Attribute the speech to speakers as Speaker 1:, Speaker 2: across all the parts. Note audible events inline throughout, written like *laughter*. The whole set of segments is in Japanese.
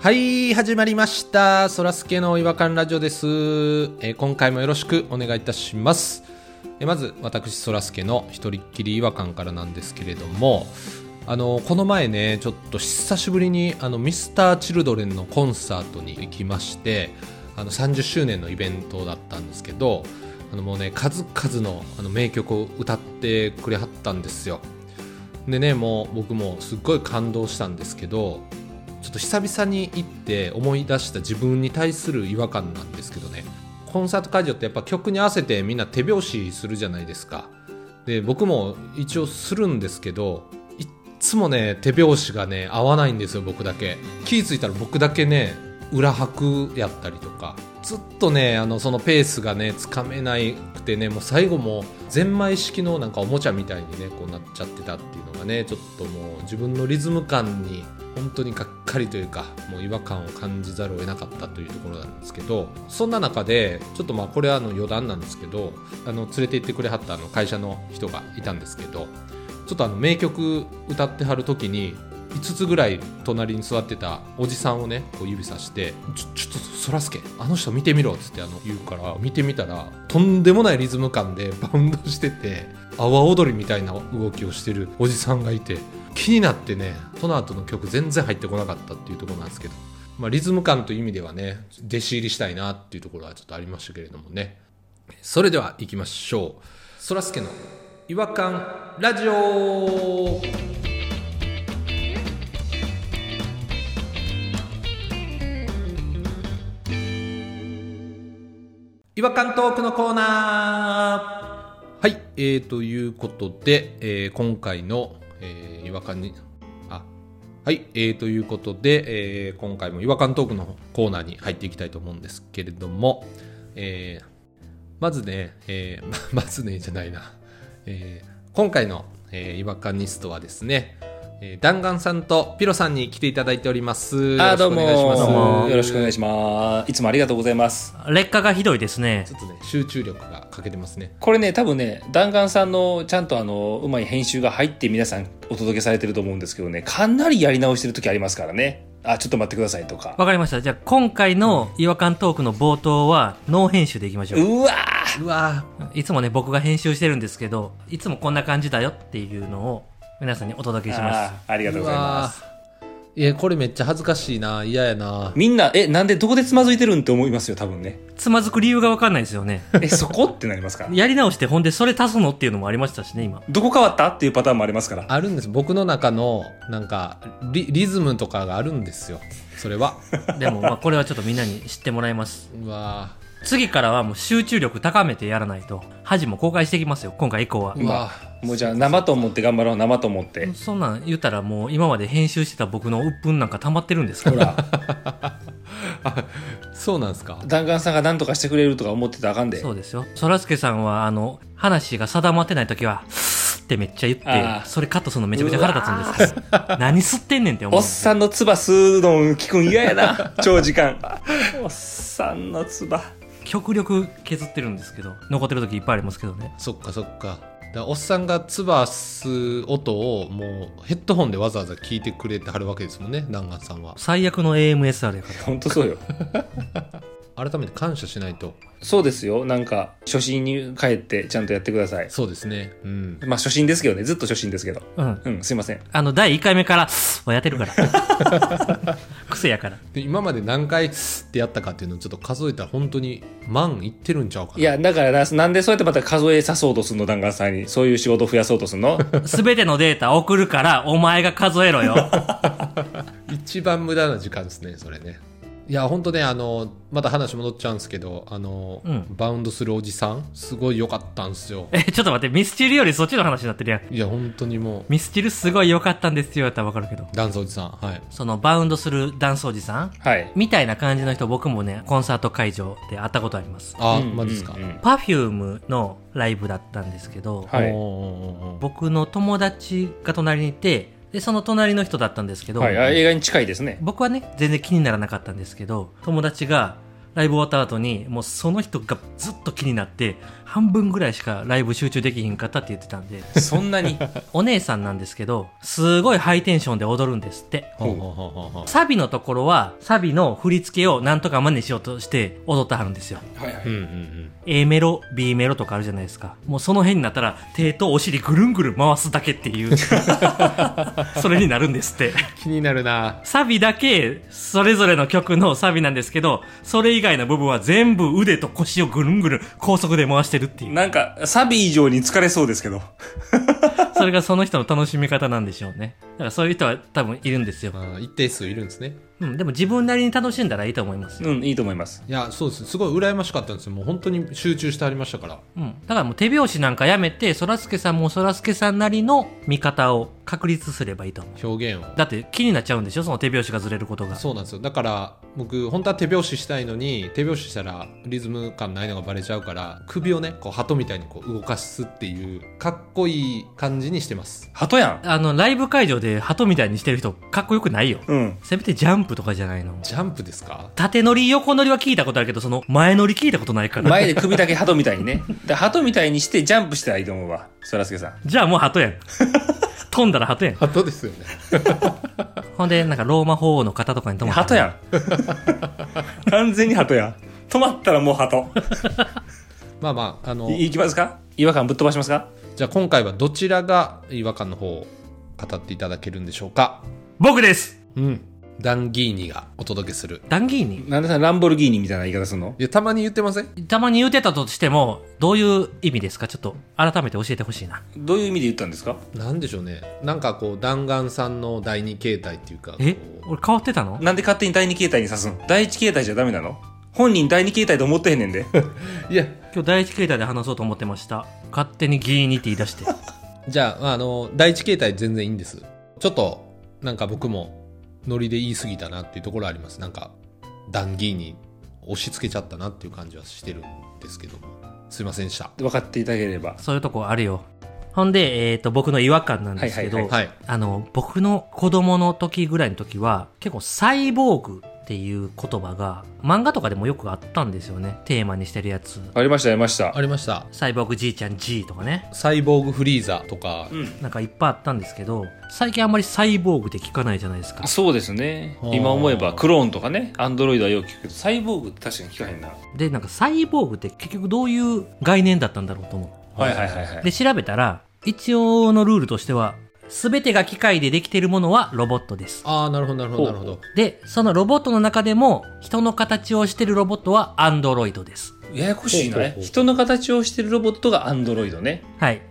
Speaker 1: はい、始まりました。そらすけの違和感ラジオです、えー今回もよろしくお願いいたします。えーまず、私、そらすけの一人っきり違和感からなんですけれども、あのこの前ね、ちょっと久しぶりにあのミスターチルドレンのコンサートに行きまして、あの30周年のイベントだったんですけど、あのもうね、数々のあの名曲を歌ってくれはったんですよ。でね、もう僕もすっごい感動したんですけど、ちょっと久々に行って思い出した自分に対する違和感なんですけどねコンサート会場ってやっぱ曲に合わせてみんな手拍子するじゃないですかで僕も一応するんですけどいっつもね手拍子がね合わないんですよ僕だけ気ぃ付いたら僕だけね裏拍やったりとかずっとねあのそのペースがねつかめなくてねもう最後もゼンマイ式のなんかおもちゃみたいにねこうなっちゃってたっていうのがねちょっともう自分のリズム感に本当にがっかりというかもう違和感を感じざるを得なかったというところなんですけどそんな中でちょっとまあこれはあの余談なんですけどあの連れて行ってくれはったあの会社の人がいたんですけどちょっとあの名曲歌ってはる時に5つぐらい隣に座ってたおじさんをねこう指さして「ちょちょっとそらすけあの人見てみろ」っつってあの言うから見てみたらとんでもないリズム感で *laughs* バウンドしてて阿波踊りみたいな動きをしてるおじさんがいて気になってねその後の曲全然入ってこなかったっていうところなんですけど、まあ、リズム感という意味ではね弟子入りしたいなっていうところはちょっとありましたけれどもねそれでは行きましょうそらすけの「違和感ラジオ」違和感トークのコーナーはい、えー、ということで、えー今回の、えー違和感に、あ、はい、えー、ということで、えー今回も違和感トークのコーナーに入っていきたいと思うんですけれども、えーまずね、えーま *laughs* まずねじゃないな、えー今回の、えー違和感ニストはですね、えー弾丸さんとピロさんに来ていただいております。
Speaker 2: あーどうも
Speaker 1: よろしくお願いします
Speaker 3: どうも
Speaker 2: よろしくお願いしますいつもありがとうございます
Speaker 3: 劣化がひどいですね
Speaker 1: ちょっとね、集中力が欠けてますね。
Speaker 2: これね多分ね弾丸さんのちゃんとあのうまい編集が入って皆さんお届けされてると思うんですけどねかなりやり直してる時ありますからねあちょっと待ってくださいとか
Speaker 3: わかりましたじゃあ今回の違和感トークの冒頭はノー編集でいきましょう
Speaker 2: うわ
Speaker 1: うわ
Speaker 3: いつもね僕が編集してるんですけどいつもこんな感じだよっていうのを皆さんにお届
Speaker 2: ー
Speaker 3: けします
Speaker 2: あーありがとうございます
Speaker 1: いやこれめっちゃ恥ずかしいな嫌やな
Speaker 2: みんなえなんでどこでつまずいてるんって思いますよ多分ね
Speaker 3: つまずく理由がわかんないですよね
Speaker 2: えそこってなりますから *laughs*
Speaker 3: やり直してほんでそれ足すのっていうのもありましたしね今
Speaker 2: どこ変わったっていうパターンもありますから
Speaker 1: あるんです僕の中のなんかリリズムとかがあるんですよそれ
Speaker 2: *laughs*
Speaker 1: は
Speaker 3: でもまあこれはちょっとみんなに知ってもらいます
Speaker 1: うわ
Speaker 3: 次からはもう集中力高めてやらないと恥も公開していきますよ今回以降は
Speaker 1: うわ
Speaker 2: もうじゃあ生と思って頑張ろう生と思って
Speaker 3: そんなん言ったらもう今まで編集してた僕の鬱憤なんか溜まってるんですか
Speaker 2: ほら
Speaker 1: そうなんですか
Speaker 2: 弾丸さんが何とかしてくれるとか思ってたらあかんで
Speaker 3: そうですよ。そらすけさんは、あの、話が定まってないときは、スッってめっちゃ言っ
Speaker 2: あー
Speaker 3: て、それカットするのめちゃくちゃ腹立つんですよ。何吸ってんねんって思
Speaker 2: お
Speaker 3: う
Speaker 2: っ。さんの唾吸うの聞くん嫌や *laughs* な長時間おっさんの唾
Speaker 3: 極力削ってるんですけど、残ってるときいっぱいありますけどね。
Speaker 1: そっかそっかだからおっさんがつばす音をもうヘッドホンでわざわざ聞いてくれてはるわけですもんね南岸さんは
Speaker 3: 最悪の AMSR やか
Speaker 2: 本当そうよ
Speaker 1: 改めて感謝しないと
Speaker 2: そうですよなんか初心に帰ってちゃんとやってください
Speaker 1: そうですねうん
Speaker 2: まあ初心ですけどねずっと初心ですけど
Speaker 3: ら。うん。
Speaker 2: うんすいません
Speaker 3: あの、第1回目から、スッはやってるから。癖やから。 *laughs*
Speaker 1: で今まで何回ってやったかっていうのをちょっと数えたら本当に万いってるんちゃうかない
Speaker 2: やだからななんでそうやってまた数えさそうとすんの弾丸さんにそういう仕事増やそうとすん *laughs* の
Speaker 3: すべてのデータ送るから、お前が数えろよ。 *laughs*
Speaker 1: 一番無駄な時間ですねそれねいや本当ねあのまた話戻っちゃうんですけどあの、
Speaker 3: うん
Speaker 1: バウンドするおじさんすごい良かったんですよ
Speaker 3: え、ちょっと待って、ミスチルよりそっちの話になってるやん。
Speaker 1: いや本当にも
Speaker 3: ミスチルすごい良かったんですよ、やったらわかるけど。
Speaker 1: うダンスおじさんはい
Speaker 3: その、バウンドするダンスおじさん
Speaker 2: はい
Speaker 3: みたいな感じの人僕もねコンサート会場で会ったことあります
Speaker 1: あ、
Speaker 2: うん
Speaker 1: マジですか、
Speaker 2: うんうん
Speaker 3: Perfume のライブだったんですけど、
Speaker 2: はい
Speaker 1: おーおーおーおー
Speaker 3: 僕の友達が隣にいてでその隣の人だったんですけど、
Speaker 2: はいあ映画に近いですね
Speaker 3: 僕はね全然気にならなかったんですけど友達がライブ終わった後にもうその人がずっと気になって半分ぐらいしかライブ集中できひんかったって言ってたんで
Speaker 2: そんなに
Speaker 3: お姉さんなんですけどすごいハイテンションで踊るんですって
Speaker 1: ほうほうほうほうほう
Speaker 3: サビのところはサビの振り付けをなんとか真似しようとして踊ってはるんですよ
Speaker 2: はいはい
Speaker 1: うんうんうん。
Speaker 3: A メロ B メロとかあるじゃないですかもうその辺になったら手とお尻ぐるんぐるん回すだけっていうそれになるんですって
Speaker 1: 気になるな。
Speaker 3: サビだけそれぞれの曲のサビなんですけどそれ以外の部分は全部腕と腰をぐるんぐるん高速で回してる
Speaker 2: *laughs*
Speaker 3: っていう
Speaker 2: なんかサビ以上に疲れそうですけど
Speaker 3: それがその人の楽しみ方なんでしょうねだからそういう人は多分いるんですよ、
Speaker 1: まあ、一定数いるんですね。
Speaker 3: うん、でも自分なりに楽しんだらいいと思いますよ、
Speaker 2: うんいいと思います
Speaker 1: いや、そうです。すごい羨ましかったんですよ。もう本当に集中してありましたから。
Speaker 3: うん、だからもう手拍子なんかやめてそらすけさんもそらすけさんなりの見方を確立すればいいと思う
Speaker 1: 表現を。
Speaker 3: だって気になっちゃうんでしょその手拍子がずれることが
Speaker 1: そうなんですよ。だから、僕、本当は手拍子したいのに、手拍子したらリズム感ないのがバレちゃうから、首をね、こう、鳩みたいにこう動かすっていう、かっこいい感じにしてます。
Speaker 2: 鳩やん
Speaker 3: あのライブ会場で鳩みたいにしてる人かっこよくないよ
Speaker 2: うん
Speaker 3: せめてジャンプとかじゃないの
Speaker 1: ジャンプですか
Speaker 3: 縦乗り横乗りは聞いたことあるけどその前乗り聞いたことないから
Speaker 2: 前で首だけ鳩みたいにねで鳩みたいにしてジャンプしたらいいと思うわそらすけさん
Speaker 3: じゃあもう鳩やん飛んだら鳩やん
Speaker 1: 鳩ですよね。
Speaker 3: ほんでなんかローマ法王の方とかに止まって
Speaker 2: 鳩やん完全に鳩やん止まったらもう鳩
Speaker 1: まあまあ、あの、
Speaker 2: いいきますか違和感ぶっ飛ばしますか
Speaker 1: じゃあ今回はどちらが違和感の方を語っていただけるんでしょうか
Speaker 3: 僕です
Speaker 1: うん。ダンギーニがお届けする。
Speaker 3: ダンギーニ
Speaker 2: なんでさランボルギーニみたいな言い方するの
Speaker 1: いや、たまに言ってません
Speaker 3: たまに言うてたとしてもどういう意味ですかちょっと改めて教えてほしいな
Speaker 2: どういう意味で言ったんですか
Speaker 1: なんでしょうね。なんかこう、弾丸さんの第二形態っていうか、
Speaker 3: え
Speaker 1: こう
Speaker 3: 俺変わってたの
Speaker 2: なんで勝手に第二形態に指すの第一形態じゃダメなの本人第二形態と思ってへんねんで
Speaker 1: いや、
Speaker 3: 今日第一形態で話そうと思ってました勝手にギーニって言い出して
Speaker 1: じゃあ、あの、第一形態全然いいんです。ちょっと、なんか僕も、ノリで言い過ぎたなっていうところあります。なんか、ダンギーニ押し付けちゃったなっていう感じはしてるんですけども。すいませんでした。
Speaker 2: 分かっていただければ
Speaker 3: そういうとこあるよほんで、えっと僕の違和感なんですけど、
Speaker 2: はいはい
Speaker 1: はい。
Speaker 3: あの僕の子供の時ぐらいの時は結構サイボーグっていう言葉が漫画とかでもよくあったんですよねテーマにしてるやつ
Speaker 2: ありましたありました
Speaker 1: ありました。
Speaker 3: サイボーグじいちゃん G とかね
Speaker 1: サイボーグフリーザとか、
Speaker 2: うん
Speaker 3: なんかいっぱいあったんですけど最近あんまりサイボーグって聞かないじゃないですか
Speaker 2: そうですね
Speaker 1: はあ
Speaker 2: 今思えばクローンとかねアンドロイドはよく聞くけどサイボーグって確かに聞かへんな
Speaker 3: でなんかサイボーグって結局どういう概念だったんだろうと思って
Speaker 2: はいはいはいはい
Speaker 3: で、調べたら、一応のルールとしては、すべてが機械でできているものはロボットです。
Speaker 1: ああ、なるほど、なるほど、なるほど。
Speaker 3: で、そのロボットの中でも、人の形をしているロボットはアンドロイドです。
Speaker 2: ややこしいな
Speaker 1: ほうほうほう
Speaker 2: 人の形をしてるロボットがアンドロイドね
Speaker 3: はい。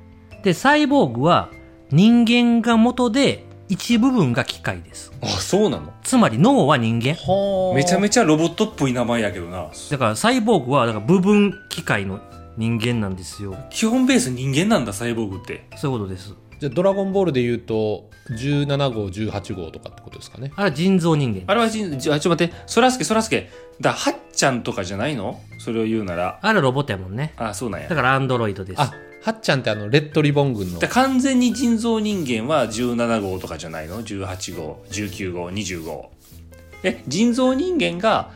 Speaker 3: で、サイボーグは、人間が元で、一部分が機械です。
Speaker 2: あそうなの
Speaker 3: つまり脳は人間。
Speaker 1: は
Speaker 2: めちゃ
Speaker 1: ち
Speaker 2: めちゃロボットっぽい名前やけどな
Speaker 3: だからサイボーグは、だから部分機械の人間なんですよ。
Speaker 2: 基本ベース人間なんだサイボーグって
Speaker 3: そういうことです。
Speaker 1: ゃ。じゃあ、ドラゴンボールで言うと、17号、18号とかってことですかね。
Speaker 3: あれは人造人間。
Speaker 2: あれはじんじあちょっと待ってそらすけそらすけだはっちゃんとかじゃないのそれを言うなら
Speaker 3: あれはロボットやもんね。
Speaker 2: あそうなんや
Speaker 3: だからアンドロイドです。
Speaker 1: あ、はっちゃんってあの、レッドリボン軍の
Speaker 2: だ。完全に人造人間は17号とかじゃないの18号19号20号え人造人間が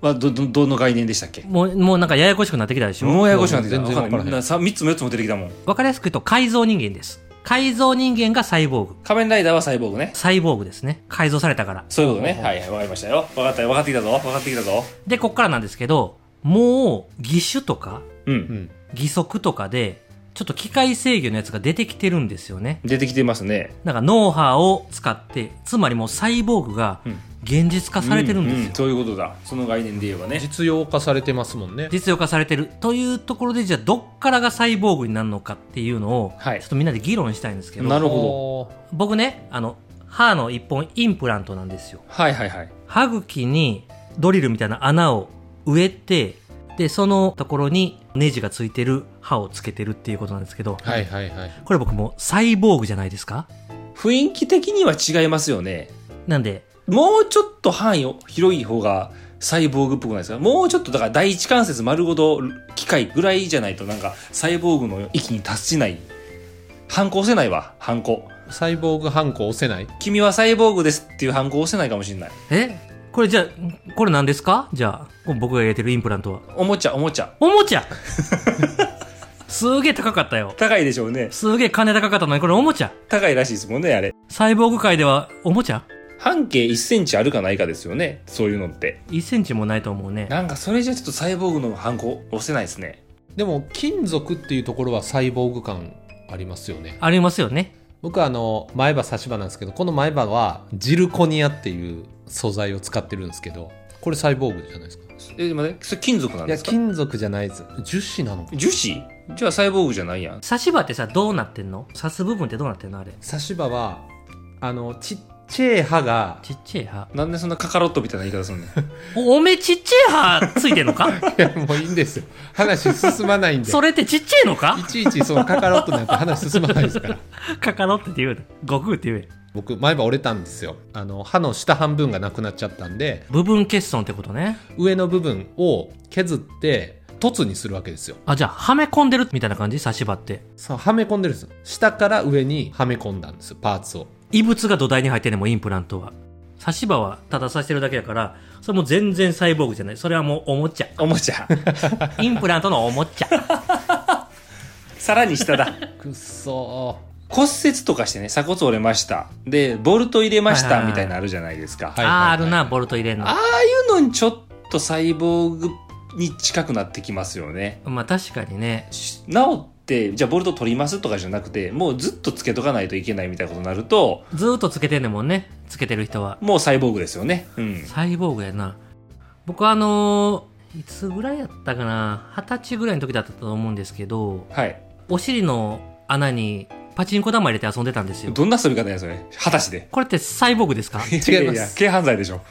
Speaker 2: はどどどの概念でしたっけ
Speaker 3: もう、もうなんかややこしくなってきたでしょ
Speaker 2: もうややこしくなってきた
Speaker 1: 全然
Speaker 2: わかんない
Speaker 1: わからへん
Speaker 2: なさ3つも4つも出てきたもん
Speaker 3: わかりやすく言うと改造人間です。改造人間がサイボーグ。
Speaker 2: 仮面ライダーはサイボーグね
Speaker 3: サイボーグですね。改造されたから。
Speaker 2: そういうことねはいはいわかりましたよわかったよわかってきたぞわかってきたぞ
Speaker 3: で、こっからなんですけど、もう、義手とか、
Speaker 2: う
Speaker 1: うんん。
Speaker 3: 義足とかで、ちょっと機械制御のやつが出てきてるんですよね。
Speaker 2: 出てきてますね
Speaker 3: なんかノウハウを使って、つまりもうサイボーグが
Speaker 2: うん
Speaker 3: 現実化されてるんですよ。
Speaker 2: ううそういうことだその概念で言えばね
Speaker 1: 実用化されてますもんね。
Speaker 3: 実用化されてるというところでじゃあどっからがサイボーグになるのかっていうのを、
Speaker 2: はい
Speaker 3: ちょっとみんなで議論したいんですけど
Speaker 2: なるほど
Speaker 1: ほど。
Speaker 3: 僕ねあの歯の一本インプラントなんですよ
Speaker 2: はいはいはい
Speaker 3: 歯茎にドリルみたいな穴を植えてでそのところにネジがついてる歯をつけてるっていうことなんですけど、
Speaker 1: はいはいはい。
Speaker 3: これ僕もうサイボーグじゃないですか
Speaker 2: 雰囲気的には違いますよね
Speaker 3: なんで
Speaker 2: もうちょっと範囲を広い方がサイボーグっぽくないですかもうちょっとだから第一関節丸ごと機械ぐらいじゃないとなんかサイボーグの域に達しない反抗せないわ反抗
Speaker 1: サイボーグハンコ押せない
Speaker 2: 君はサイボーグですっていう反抗をせないかもしれない
Speaker 3: えこれじゃあ、これ何ですかじゃあ、僕が入れてるインプラントは。
Speaker 2: おもちゃおもちゃ
Speaker 3: おもち
Speaker 1: *laughs*
Speaker 3: ゃすげえ高かったよ。
Speaker 2: 高いでしょうね
Speaker 3: すげえ金高かったのに、これおもちゃ。
Speaker 2: 高いらしいですもんねあれ
Speaker 3: サイボーグ界ではおもちゃ
Speaker 2: 半径1センチあるかないかですよねそういうのって
Speaker 3: 1センチもないと思うね
Speaker 2: なんかそれじゃちょっとサイボーグのハンコ押せないですね
Speaker 1: でも金属っていうところはサイボーグ感ありますよね
Speaker 3: ありますよね
Speaker 1: 僕はあの前歯差し歯なんですけどこの前歯はジルコニアっていう素材を使ってるんですけどこれサイボーグじゃないですか
Speaker 2: えでもねそれ金属なん
Speaker 1: い
Speaker 2: で
Speaker 1: や
Speaker 2: すか
Speaker 1: 金属じゃないです樹脂なのか
Speaker 2: 樹脂じゃあサイボーグじゃないやん
Speaker 3: 差し歯ってさどうなってんの刺す部分ってどうなってんのあれ
Speaker 1: 差し歯はあのちっちゃい歯
Speaker 2: *laughs*
Speaker 1: が
Speaker 3: ちっちゃい歯
Speaker 2: なんでそんなカカロットみたいな言い方す
Speaker 3: *laughs*
Speaker 2: るの
Speaker 3: おおめえちっちゃい歯ついてんのか *laughs*
Speaker 1: いやもういいんですよ話進まないんで
Speaker 3: それってちっちゃいのか
Speaker 1: いちいちそのカカロットなんか話進まないですから
Speaker 3: カカロットって言うの悟空って言え
Speaker 1: 僕前歯折れたんですよあの歯の下半分がなくなっちゃったんで
Speaker 3: 部分欠損ってことね
Speaker 1: 上の部分を削って凸にするわけですよ
Speaker 3: あじゃあはめ込んでるみたいな感じ差し歯って
Speaker 1: そうはめ込んでるんですよ下から上にはめ込んだんですよパーツを
Speaker 3: 異物が土台に入ってんねんもうインプラントは差し歯はただ刺してるだけやからそれもう全然サイボーグじゃないそれはもうおも *laughs* ちゃ
Speaker 2: おもちゃ
Speaker 3: インプラントのおもちゃ
Speaker 2: さらに下だ
Speaker 1: くっそ
Speaker 2: 骨折とかしてね鎖骨折れましたでボルト入れまし
Speaker 3: は
Speaker 2: た
Speaker 3: いはいはい
Speaker 2: みたいなのあるじゃないですか、
Speaker 1: はい
Speaker 3: あーあるなボルト入れんの
Speaker 2: ああいうのにちょっとサイボーグに近くなってきますよね
Speaker 3: まあ確かにね
Speaker 2: し治ってじゃあボルト取りますとかじゃなくてもうずっとつけとかないといけないみたいなことになると
Speaker 3: ずーっとつけてんねんもんねつけてる人は
Speaker 2: もうサイボーグですよねうん
Speaker 3: サイボーグやな。僕はあのーいつぐらいやったかな二十歳ぐらいの時だったと思うんですけど、
Speaker 2: はい
Speaker 3: お尻の穴にパチンコ玉入れて遊んでたんですよ。
Speaker 2: どんな遊び方やそれ果たして
Speaker 3: これってサイボーグですか
Speaker 1: ます
Speaker 2: やや軽犯罪でしょ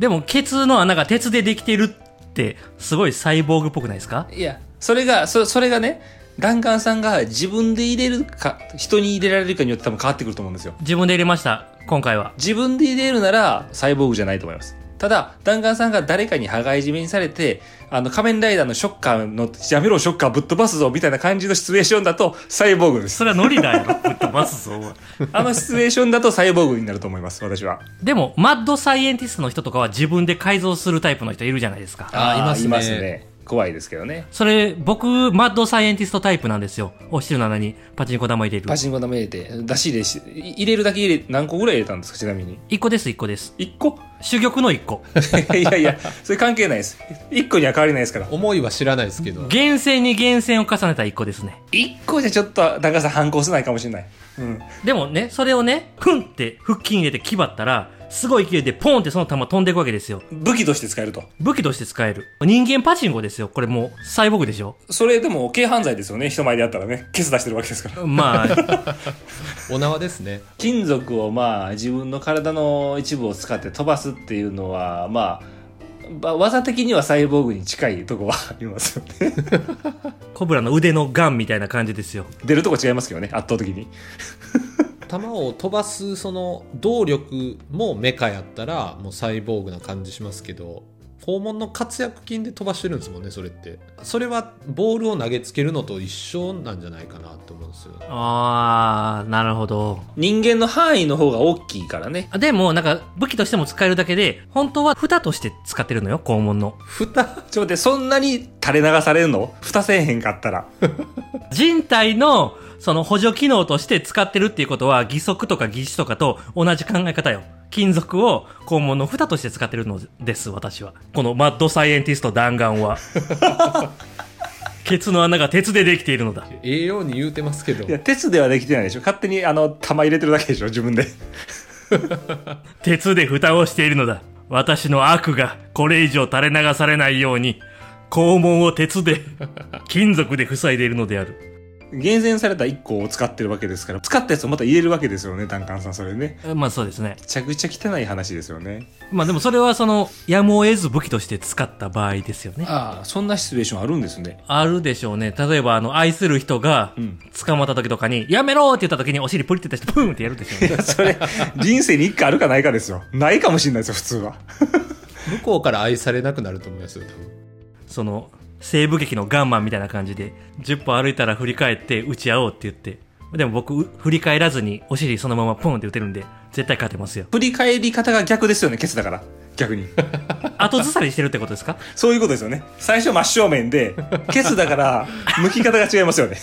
Speaker 3: でも、ケツの穴が鉄でできてるって、すごいサイボーグっぽくないですか
Speaker 2: いやそれがそそれがね弾丸さんが自分で入れるか人に入れられるかによって多分変わってくると思うんですよ
Speaker 3: 自分で入れました、今回は。
Speaker 2: 自分で入れるならサイボーグじゃないと思いますただ弾丸さんが誰かに羽交い締めにされてあの仮面ライダーのショッカーのやめろショッカーぶっ飛ばすぞみたいな感じのシチュエーションだとサイボーグです *laughs*
Speaker 3: それはノリだよ。ぶっ飛ばすぞ。
Speaker 2: あのシチュエーションだとサイボーグになると思います私は
Speaker 3: でも、マッドサイエンティストの人とかは自分で改造するタイプの人いるじゃないですか。
Speaker 1: あーいますね
Speaker 2: いますね怖いですけどね
Speaker 3: それ、僕、マッドサイエンティストタイプなんですよ。お尻の穴にパチンコ玉入れる
Speaker 2: パ。チンコ玉入れて出し入れしい入れるだけ入れ何個ぐらい入れたんですかちなみに
Speaker 3: 一個です、一個です。
Speaker 2: 1個 *laughs*
Speaker 3: 珠玉の一個。
Speaker 2: いやいやそれ関係ないです1個には変わりないですから
Speaker 1: 思いは知らないですけど
Speaker 3: 厳選に厳選を重ねた一個ですね。
Speaker 2: 1個じゃちょっと弾丸さん反抗せないかもしれない、うん、
Speaker 3: でもね、それをね、ふんって腹筋入れて気張ったら、すごい勢いでポンってその弾飛んでいくわけですよ。
Speaker 2: 武器として使えると
Speaker 3: 武器として使える。人間パチンコですよ。これもう、サイボーグでしょ。
Speaker 2: それでも軽犯罪ですよね人前でやったらねケス出してるわけですから
Speaker 3: ま *laughs* あ、
Speaker 1: お縄ですね
Speaker 2: 金属をまあ自分の体の一部を使って飛ばすっていうのはまあば技的にはサイボーグに近いとこはありますよね *laughs*
Speaker 3: コブラの腕のガンみたいな感じですよ。
Speaker 2: 出るとこ違いますけどね圧倒的に
Speaker 1: 弾を飛ばすその動力もメカやったらもうサイボーグな感じしますけど肛門の活躍筋で飛ばしてるんですもんねそれってそれはボールを投げつけるのと一緒なんじゃないかなと思うんです *laughs* よ
Speaker 3: あー、なるほど。
Speaker 2: 人間の範囲の方が大きいからね
Speaker 3: でも、なんか、武器としても使えるだけで、本当は蓋として使ってるのよ、肛門の。
Speaker 1: 蓋
Speaker 2: ちょっと待ってそんなに垂れ流されるの蓋せえへんかったら
Speaker 3: 人体のその補助機能として使ってるっていうことは義足とか義手とかと同じ考え方よ。金属を肛門の蓋として使ってるのです、私は。このマッドサイエンティスト弾丸は。ケツの穴が鉄でできているのだ。
Speaker 1: 栄養に言うてますけど
Speaker 2: いや鉄ではできてないでしょ勝手にあの玉入れてるだけでしょ自分で
Speaker 3: 鉄で蓋をしているのだ。私の悪がこれ以上垂れ流されないように、肛門を鉄で、金属で塞いでいるのである。
Speaker 2: 厳選された1個を使ってるわけですから使ったやつをまた入れるわけですよねダンカンさんそれね
Speaker 3: まあそうですね
Speaker 2: め。ちゃくちゃ汚い話ですよね
Speaker 3: まあでもそれはその、やむを得ず武器として使った場合ですよね。
Speaker 2: ああそんなシチュエーションあるんですね
Speaker 3: あるでしょうね。例えば、あの、愛する人が
Speaker 2: ん、
Speaker 3: 捕まった時とかに、やめろって言った時にお尻プリって出して、プーンってやるでしょうね。
Speaker 2: *laughs* それ人生に1回あるかないかですよないかもしれないですよ普通は
Speaker 1: 向こうから愛されなくなると思いますよ多分
Speaker 3: その、西部劇のガンマンみたいな感じで、10歩歩いたら振り返って、打ち合おうって言って、でも僕、う振り返らずにお尻そのままポンって打てるんで、絶対勝
Speaker 2: *laughs*。
Speaker 3: てますよ
Speaker 2: 振り返り方が逆ですよねケツだから逆に
Speaker 3: 後ずさりしてるってことですか
Speaker 2: そういうことですよね最初真正面でケツだから向き方が違いますよね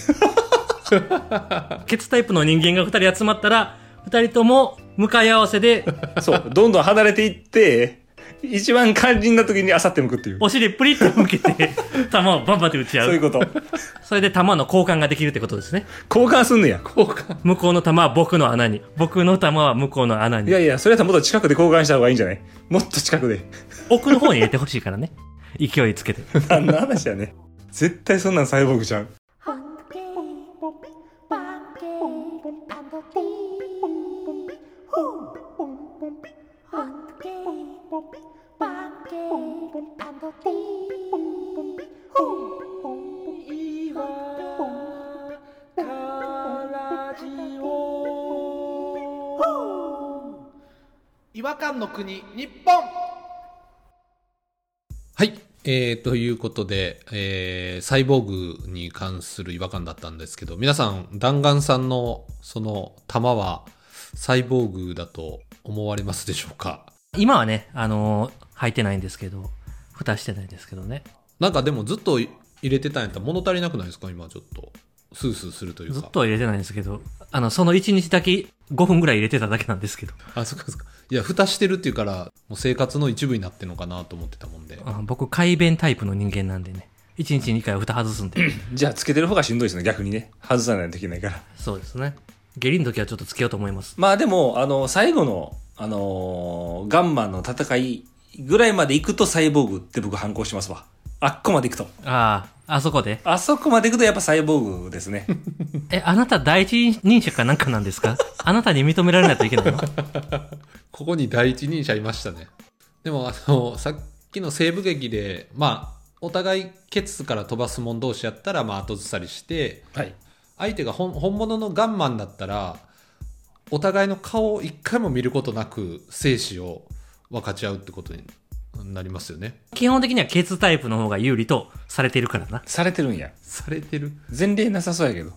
Speaker 3: ケツタイプの人間が二人集まったら、二人とも向かい合わ
Speaker 2: *laughs*
Speaker 3: せで、
Speaker 2: そうどんどん離れていって一番肝心な時にあさって向くっていう
Speaker 3: お尻プリッと向
Speaker 2: *laughs*
Speaker 3: けて、球をバンバンって打ち合
Speaker 2: そういう
Speaker 3: う。
Speaker 2: こと
Speaker 3: それで球の交換ができるってことですね。
Speaker 2: 交換すんねや
Speaker 1: こうか。
Speaker 3: 向こうの球は僕の穴に。僕の球は向こうの穴
Speaker 2: い
Speaker 3: に。
Speaker 2: やいやそれやったらもっと近くで交換した方がいいんじゃないもっと近くで
Speaker 3: 奥の方に入れてほしいからね。 *laughs* 勢いつけて。
Speaker 2: 何の話やね絶対そんなんサイボーグちゃん
Speaker 4: Hunky,
Speaker 1: 違和感の国、日本はい。えー、ということで、えー、サイボーグに関する違和感だったんですけど、皆さん、弾丸さんのその弾はサイボーグだと思われますでしょうか
Speaker 3: 今はね、あのー履いてないんですけど、蓋してないんですけどね。
Speaker 1: なんかでもずっと入れてたんやったら物足りなくないですか今ちょっと。スースーするというか。
Speaker 3: ずっとは入れてないんですけど、あの、その1日だけ5分ぐらい入れてただけなんですけど、
Speaker 1: あ、そっかそっか。いや、蓋してるっていうから、もう生活の一部になってんのかなと思ってたもんで。
Speaker 3: あ僕、改便タイプの人間なんでね、1日2回は蓋外すんで、
Speaker 2: じゃあつけてる方がしんどいですね逆にね外さないといけないから
Speaker 3: そうですね。下痢の時はちょっとつけようと思います。
Speaker 2: まあでもあの最後のあのーガンマンの戦いぐらいまで行くとサイボーグって僕反抗しますわあっこまで行くと
Speaker 3: ああ、あそこで。
Speaker 2: あそこまで行くとやっぱサイボーグですね
Speaker 3: え、あなた第一人者かなんかなんですかあなたに認められないといけないの
Speaker 1: ここに第一人者いましたね。でも、あの、さっきの西部劇で、まあ、お互いケツから飛ばす者同士やったら、まあ、後ずさりして、
Speaker 2: *laughs* はい
Speaker 1: 相手が本本物のガンマンだったら、お互いの顔を一回も見ることなく、生死を分かち合うってことになりますよね。
Speaker 3: 基本的にはケツタイプの方が有利とされてるからな。
Speaker 2: されてるんや
Speaker 1: されてる
Speaker 2: 前例なさそうやけど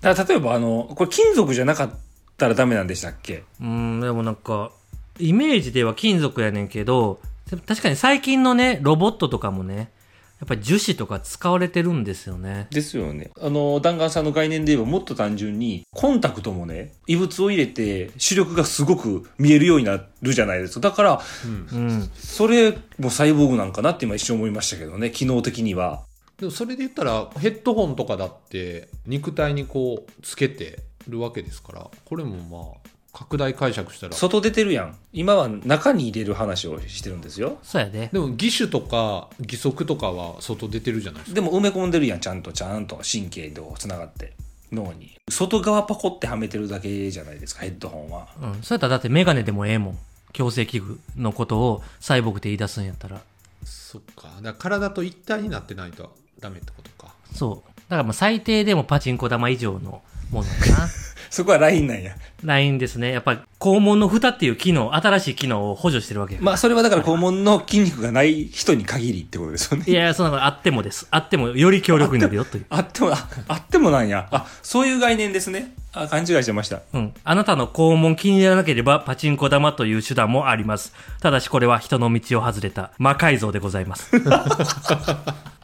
Speaker 2: だから例えばあのこれ金属じゃなかったらダメなんでしたっけ
Speaker 3: うーん、でもなんか、イメージでは金属やねんけど、でも確かに最近のね、ロボットとかもね、やっぱり樹脂とか使われてるんですよね。
Speaker 2: ですよね。あの、弾丸さんの概念で言えばもっと単純に、コンタクトもね、異物を入れて視力がすごく見えるようになるじゃないですか。だから、
Speaker 3: うん。
Speaker 2: それもサイボーグなんかなって今一瞬思いましたけどね、機能的には。
Speaker 1: でもそれで言ったらヘッドホンとかだって肉体にこうつけてるわけですからこれもまあ拡大解釈したら
Speaker 2: 外出てるやん。今は中に入れる話をしてるんですよ。
Speaker 3: そうやで。
Speaker 1: でも義手とか義足とかは外出てるじゃないですか
Speaker 2: でも埋め込んでるやん、ちゃんと、ちゃんと神経と繋がって、脳に。外側パコってはめてるだけじゃないですか、ヘッドホンは。
Speaker 3: うん。そうやったらだってメガネでもええもん。矯正器具のことをサイボーグって言い出すんやったら。
Speaker 1: そっかだから体と一体になってないとダメってことか
Speaker 3: そう。だからまあ最低でもパチンコ玉以上のものか *laughs* な。
Speaker 2: そこはラインなんや。
Speaker 3: ラインですね。やっぱ肛門の蓋っていう機能、新しい機能を補助してるわけやから
Speaker 2: まあ、それはだから肛門の筋肉がない人に限りってことですよね。
Speaker 3: いやいや、そんなことあってもです。あってもより強力になるよという。
Speaker 2: あっても、ああってもなんや。あ、そういう概念ですね。あ、勘違いしてました。
Speaker 3: うん。あなたの肛門気に入らなければパチンコ玉という手段もあります。ただしこれは人の道を外れた魔改造でございます。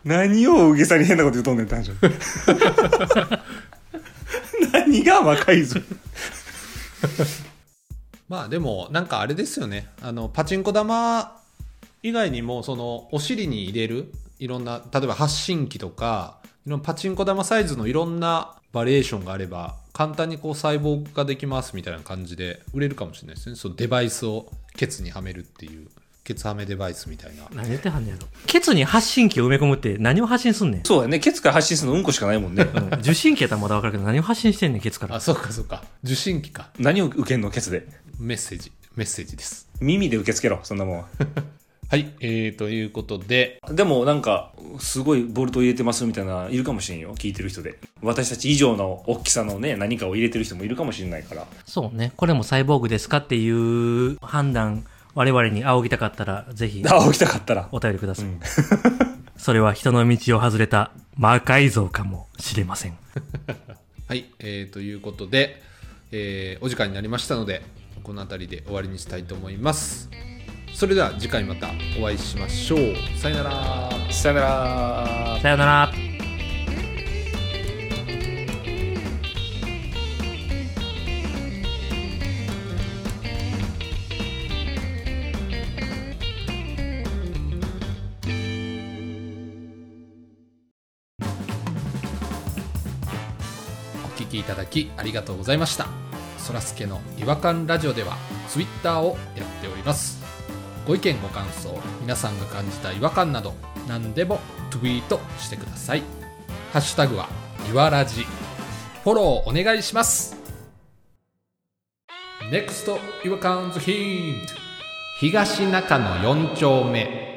Speaker 2: 何を大げさに変なこと言うとんねんって話。何が魔改造
Speaker 1: まあでもなんかあれですよねあのパチンコ玉以外にもそのお尻に入れるいろんな例えば発信機とかいろんなパチンコ玉サイズのいろんなバリエーションがあれば簡単にこう細胞化できますみたいな感じで売れるかもしれないですねそのデバイスをケツにはめるっていうケツはめデバイスみたいな
Speaker 3: *laughs* 何言ってはんねやろ。ケツに発信器を埋め込むって何を発信すん *laughs* ねん。
Speaker 2: そうだね。ケツから発信するのうんこしかないもんね。
Speaker 3: うん受信器やったらまだわかるけど何を発信してんねん、ケツから
Speaker 1: あ。そうかそうか受信機か
Speaker 2: 何を受けんのケツで。
Speaker 1: メッセージメッセージです
Speaker 2: 耳で受け付けろ、そんなもんは。
Speaker 1: はいえー、ということで
Speaker 2: でもなんか、すごいボルト入れてますみたいな、いるかもしれんよ。聞いてる人で。私たち以上の大きさのね、何かを入れてる人もいるかもしれないから。
Speaker 3: そうね。これもサイボーグですかっていう判断、我々に仰ぎたかったら、ぜひ
Speaker 2: あ、起きたかったら。
Speaker 3: お便りください。 *laughs* それは人の道を外れた魔改造かもしれません。
Speaker 1: はい、えーということで、えーお時間になりましたのでこの辺りで終わりにしたいと思いますそれでは次回またお会いしましょうさよなら
Speaker 2: さよなら
Speaker 3: さよなら。
Speaker 1: お聞きいただきありがとうございましたそらすけの違和感ラジオではツイッターをやっておりますご意見ご感想皆さんが感じた違和感など何でもツイートしてくださいハッシュタグはいわらじフォローお願いします NEXT 違和感ズヒント東中野4丁目